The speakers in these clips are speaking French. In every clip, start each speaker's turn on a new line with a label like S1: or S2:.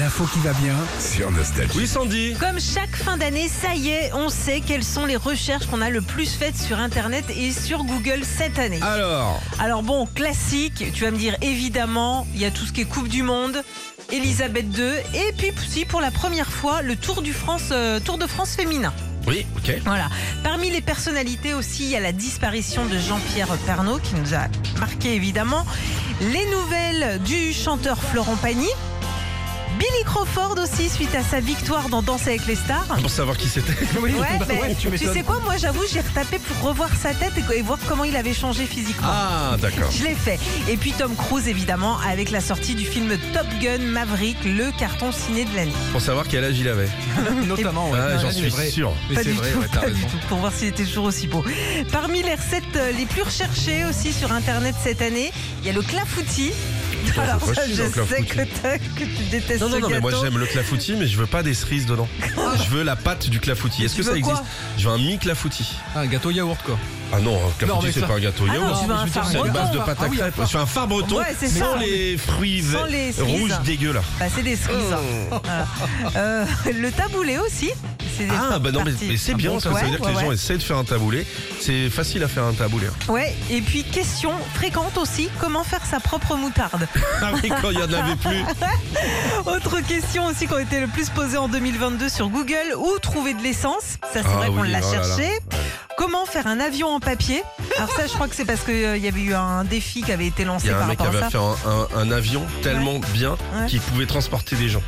S1: l'info qui va bien.
S2: Sur Nostalgie.
S3: Oui, Sandy
S4: Comme chaque fin d'année, ça y est, on sait quelles sont les recherches qu'on a le plus faites sur Internet et sur Google cette année.
S2: Alors,
S4: Alors bon, classique, tu vas me dire évidemment, il y a tout ce qui est Coupe du Monde, Elisabeth II, et puis aussi pour la première fois le Tour, du France, euh, Tour de France féminin.
S3: Oui, ok.
S4: Voilà. Parmi les personnalités aussi, il y a la disparition de Jean-Pierre Pernaud qui nous a marqué évidemment. Les nouvelles du chanteur Florent Pagny. Billy Crawford aussi suite à sa victoire dans Danser avec les stars.
S3: Pour savoir qui c'était.
S1: Oui,
S4: Ouais,
S1: bah
S4: mais
S1: ouais,
S4: tu,
S1: m'étonnes.
S4: sais quoi, moi j'avoue, j'ai retapé pour revoir sa tête et, et voir comment il avait changé physiquement.
S3: Ah, d'accord.
S4: Je l'ai fait. Et puis Tom Cruise, évidemment, avec la sortie du film Top Gun Maverick, le carton ciné de l'année.
S3: Pour savoir quel âge il avait.
S1: Notamment, ouais.
S3: Ah,
S1: Non,
S3: J'en
S1: c'est
S3: suis
S1: vrai.
S3: sûr.
S1: Mais
S4: pas
S1: c'est
S4: du
S1: vrai,
S4: tout,
S1: ouais, t'as
S4: pas du
S1: raison.
S4: tout, pour voir s'il était toujours aussi beau. Parmi les recettes euh, les plus recherchées aussi sur Internet cette année, il y a le clafoutis.
S3: Putain,
S4: Alors
S3: c'est
S4: ça,
S3: facile,
S4: je
S3: le
S4: sais
S3: clafoutis.
S4: que, t'as- que tu détestes
S3: Non,
S4: ce
S3: non, non, mais moi
S4: gâteau. Ah.
S3: j'aime le clafoutis, mais je veux pas des cerises dedans. Je veux la pâte du clafoutis. Est-ce
S4: Tu
S3: que ça
S4: veux quoi
S3: existe Je veux un mi-clafoutis.
S1: Un gâteau yaourt, quoi.
S3: Ah non, un
S1: Non,
S3: clafoutis
S1: mais
S3: c'est
S1: ça-
S3: pas un gâteau
S4: Ah non,
S3: yaourt.
S4: tu veux un
S1: je veux dire,
S4: phare
S3: C'est une
S1: breton.
S3: base de pâte
S1: Ah
S3: à
S1: oui,
S3: crêpes.
S1: un
S3: Je veux un phare breton
S4: Ouais, c'est
S3: sans
S4: ça.
S3: les fruits
S4: Sans
S3: verts-
S4: les cerises.
S3: rouges dégueulas.
S4: Bah, c'est des cerises.
S3: Oh.
S4: Voilà. Euh, le taboulé aussi. c'est des
S3: Ah bah non mais,
S4: parties.
S3: mais c'est bien ça, ça veut
S4: Ouais,
S3: dire que
S4: ouais,
S3: les gens
S4: ouais.
S3: essaient de faire un taboulé. C'est facile à faire un taboulé. hein.
S4: Ouais, et puis question fréquente aussi, comment faire sa propre moutarde
S3: Ah oui, quand il y en avait plus.
S4: Autre question aussi qui a été le plus posée en 2022 sur Google, où trouver de l'essence Ça c'est
S3: Ah
S4: vrai qu'on
S3: oui,
S4: l'a
S3: oh là là.
S4: cherché. Comment faire un avion en papier Alors ça je crois que c'est parce qu'il y avait eu un défi qui avait été
S3: Il
S4: lancé
S3: y a un
S4: par
S3: mec qui
S4: rapport à
S3: avait
S4: ça.
S3: fait un, un- un avion tellement bien
S4: Ouais.
S3: qu'il pouvait transporter des gens.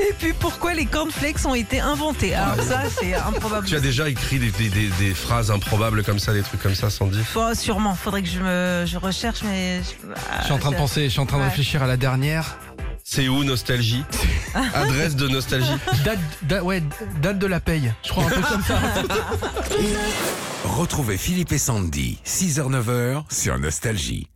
S4: Et puis pourquoi les cornflakes ont été inventés Alors ça c'est improbable.
S3: Ah Tu as déjà écrit des, des- des- des phrases improbables comme ça, des trucs comme ça, Sandy
S4: Bon, sûrement, faudrait que je me je recherche mais je,
S1: Je suis en train de penser, je suis en train de
S4: Ouais.
S1: réfléchir à la dernière.
S3: C'est où Nostalgie Adresse de Nostalgie.
S1: Date, da- ouais, date de la paye. Je crois un peu comme ça.
S2: retrouvez Philippe et Sandy, 6h-9h sur Nostalgie.